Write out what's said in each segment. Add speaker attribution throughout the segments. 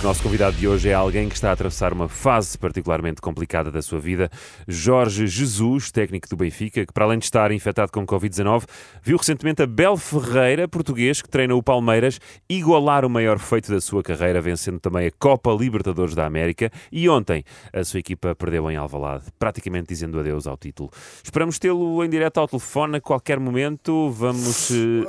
Speaker 1: O nosso convidado de hoje é alguém que está a atravessar uma fase particularmente complicada da sua vida. Jorge Jesus, técnico do Benfica, que para além de estar infectado com Covid-19, viu recentemente a Bel Ferreira, português, que treina o Palmeiras, igualar o maior feito da sua carreira, vencendo também a Copa Libertadores da América. E ontem a sua equipa perdeu em Alvalade, praticamente dizendo adeus ao título. Esperamos tê-lo em direto ao telefone a qualquer momento. Vamos... eh,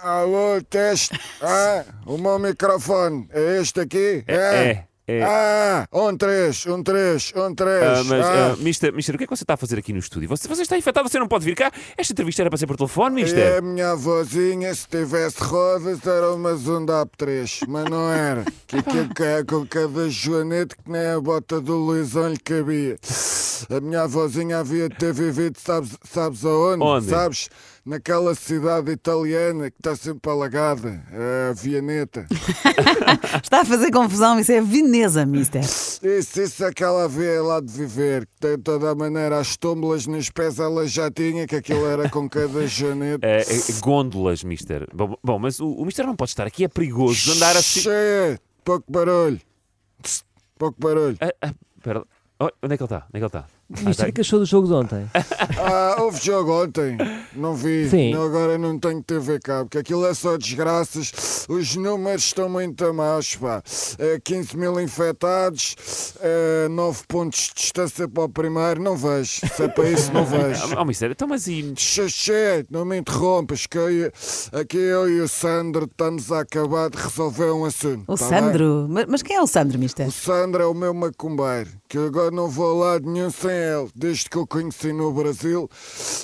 Speaker 2: Ah, alô, teste. Ah, o meu microfone é este aqui?
Speaker 1: É, é, é.
Speaker 2: Ah, um três, um três, um três.
Speaker 1: Ah, mas,
Speaker 2: Ah,
Speaker 1: ah, mister, mister, o que é que você está a fazer aqui no estúdio? Você, você está infectado, você não pode vir cá? Esta entrevista era para ser por telefone,
Speaker 2: e
Speaker 1: Mister?
Speaker 2: a minha vozinha, se tivesse rodas, era uma Zundap 3, mas não era. Que aquilo que é com cada joanete que nem a bota do Luizão lhe cabia. A minha vozinha havia de ter vivido, sabes, sabes aonde?
Speaker 1: Onde?
Speaker 2: Sabes? Naquela cidade italiana que está sempre alagada, a Vianeta.
Speaker 3: Está a fazer confusão, isso é Veneza, mister.
Speaker 2: Isso, isso é que ela havia lá de viver, que tem toda a maneira, as túmulas nos pés ela já tinha, que aquilo era com cada janete.
Speaker 1: Ah, é- é gôndolas, Mister. Bom, bom, mas o, o Mister não pode estar aqui, é perigoso andar assim.
Speaker 2: Cheia, pouco barulho. Pouco barulho.
Speaker 1: Ah, ah, espera lá. Oh, onde é que ele está? Onde é que ele está? Ah,
Speaker 4: Isto
Speaker 1: está
Speaker 4: é
Speaker 1: aqui.
Speaker 4: que achou do jogo de ontem?
Speaker 2: Ah, houve jogo ontem, não vi.
Speaker 4: Sim.
Speaker 2: Não, agora não tenho TV cá, porque aquilo é só desgraças. Os números estão muito a maus, pá. É, 15 mil infectados, 9 pontos de distância para o primeiro, não vejo. Se é para isso, não vejo.
Speaker 1: Ah, oh, Mister, então, mas e.
Speaker 2: Xaxé, não me interrompas, que eu- aqui eu e o Sandro estamos a acabar de resolver um assunto.
Speaker 3: O
Speaker 2: tá bem?
Speaker 3: Sandro. Mas, mas quem é o Sandro, mister?
Speaker 2: O Sandro é o meu macumbeiro, que eu agora não vou a lado nenhum sem ele. Desde que eu conheci no Brasil,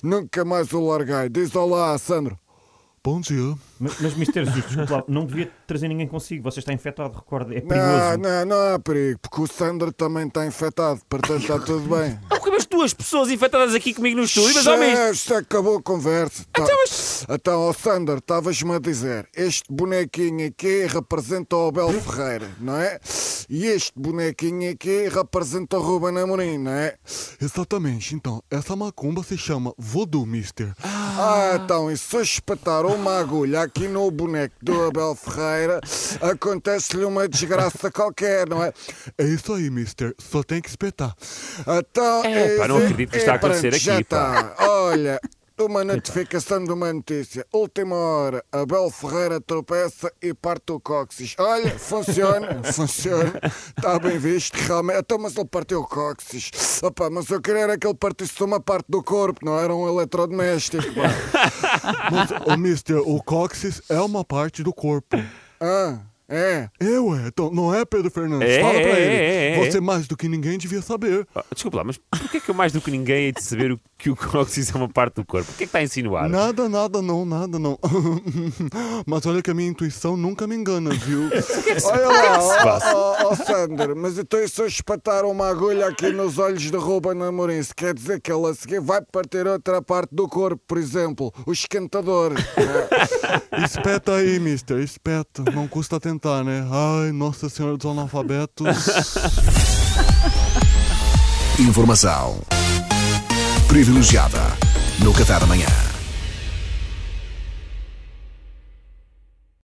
Speaker 2: nunca mais o larguei. Diz olá, Sandro. Bom dia.
Speaker 5: Mas, mas Mister Jesus, desculpe lá, não devia trazer ninguém consigo. Você está infectado, recorde, é
Speaker 2: Não,
Speaker 5: perigoso.
Speaker 2: não,
Speaker 3: né?
Speaker 2: não há perigo, porque o Sandro também está infectado, portanto está tudo bem.
Speaker 1: Ah, porque as duas pessoas infectadas aqui comigo no estúdio, mas homem.
Speaker 2: Isto- Isto acabou a conversa. Então, então ó, Sander, estavas-me a dizer, este bonequinho aqui representa o Abel Ferreira, não é? E este bonequinho aqui representa o Ruben Amorim, não é?
Speaker 6: Exatamente, então, essa macumba se chama voodoo, mister.
Speaker 2: Ah, então, e se eu espetar uma agulha aqui no boneco do Abel Ferreira, acontece-lhe uma desgraça qualquer, não é?
Speaker 6: É isso aí, mister, só tem que espetar.
Speaker 2: Então,
Speaker 1: É, pá, não
Speaker 2: esse-
Speaker 1: acredito que isto está a
Speaker 2: é, pronto,
Speaker 1: acontecer
Speaker 2: já
Speaker 1: aqui, pá.
Speaker 2: está. Olha, uma notificação de uma notícia. Última hora, Abel Ferreira tropeça e parte o cóccix. Olha, funciona, funciona. Está bem visto, realmente. Então, mas ele partiu o cóccix. Opa, mas eu queria era que ele partisse de uma parte do corpo, não era um eletrodoméstico, pá.
Speaker 6: Mas, ô, mister, o cóccix é uma parte do corpo.
Speaker 2: Ah, é.
Speaker 6: Eu, é, então, não é, Pedro Fernandes?
Speaker 1: É,
Speaker 6: Fala pra
Speaker 1: é,
Speaker 6: ele.
Speaker 1: é, é, é.
Speaker 6: Você mais do que ninguém devia saber.
Speaker 1: Ah, Desculpa lá, mas porquê é que eu mais do que ninguém hei de saber o- que o cóccix é uma parte do corpo? O que é que está a insinuar?
Speaker 6: Nada, nada, não, nada, não. Mas olha que a minha intuição nunca me engana, viu?
Speaker 2: Olha lá, ó oh, Sandro, mas então e se eu espatar uma agulha aqui nos olhos de Ruben Amorim? Isso quer dizer que ele a seguir vai partir outra parte do corpo, por exemplo, o esquentador.
Speaker 6: Espeta aí, mister, espeta. Não custa tentar, né? Ai, Nossa Senhora dos Analfabetos.
Speaker 7: Informação privilegiada no Café da Manhã.